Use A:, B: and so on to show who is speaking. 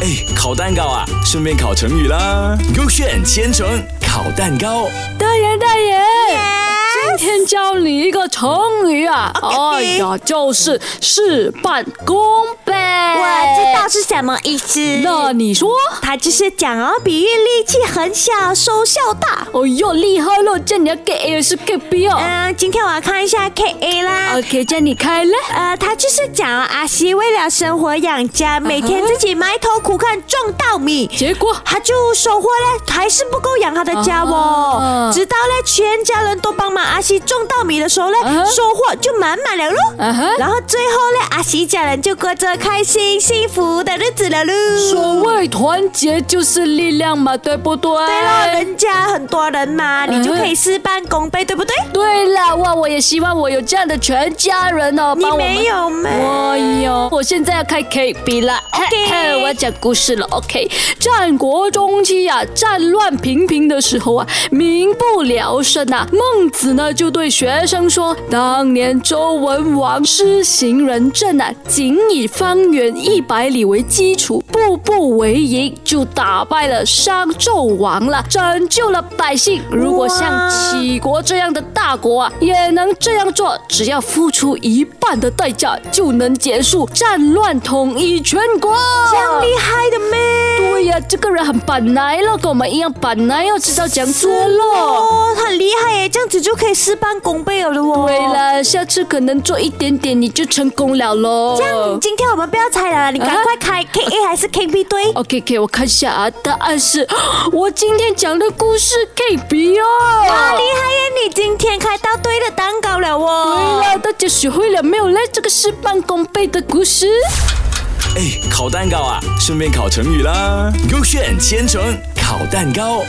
A: 哎，烤蛋糕啊，顺便烤成语啦。勾选千层烤蛋糕，
B: 大爷大爷。今天教你一个成语啊！哎呀，就是事半功倍。
C: 我知道是什么意思。
B: 那你说？
C: 他就是讲哦，比喻力气很小，收效大。
B: 哦哟，厉害了！这你要 K A 是 K B 哦。
C: 嗯，今天我要看一下 K A 啦。
B: OK，这你开了。
C: 呃，他就是讲哦阿西为了生活养家，每天自己埋头苦干种稻米，
B: 结果
C: 他就收获嘞，还是不够养他的家
B: 啊
C: 哦。直到嘞全家人都帮忙阿西种稻米的时候嘞
B: 啊，
C: 收获就满满了喽。
B: 啊哈
C: 然后最后嘞，阿西一家人就过着开心幸福的日子了喽。
B: 所谓团结就是力量嘛，对不对？
C: 对啦，人家很多人嘛，
B: 嗯
C: 你就可以事半功倍，对不对？
B: 对啦，哇！我也希望我有这样的全家人哦，
C: 你
B: 帮我们
C: 没有吗？
B: 我有，我现在要开 K B 了。
C: OK
B: 嘿嘿我要讲故事了。OK，战国中期啊，战乱频频的时候啊，民不聊生啊。孟子呢就对学生说，当年周文王施行仁政啊，仅以方圆一百里为基础，步步为营，就打败了商纣王了，拯救了百姓。如果像
C: 哇
B: 齐国这样的大国啊，也能这样做，只要付出一半的代价，就能结束战乱，统一全国。
C: 这样厉害的咩？
B: 对呀、这个人很本来了，跟我们一样本来要知道讲错了。
C: 哦，很厉害耶，这样子就可以事半功倍了的哦。
B: 对。了，下次可能做一点点，你就成功了喽。
C: 这样，今天我们不要猜
B: 啊
C: 了，你赶快开 K A 还是 K B 对？
B: OK OK，我看一下啊，答案是我今天讲的故事 K B 哦。
C: 哇，厉害耶！你今天开到对的蛋糕了哦。
B: 对了，大家学会了没有嘞？这个事半功倍的故事。
A: 哎，烤蛋糕啊，顺便烤成语啦。勾选千层烤蛋糕。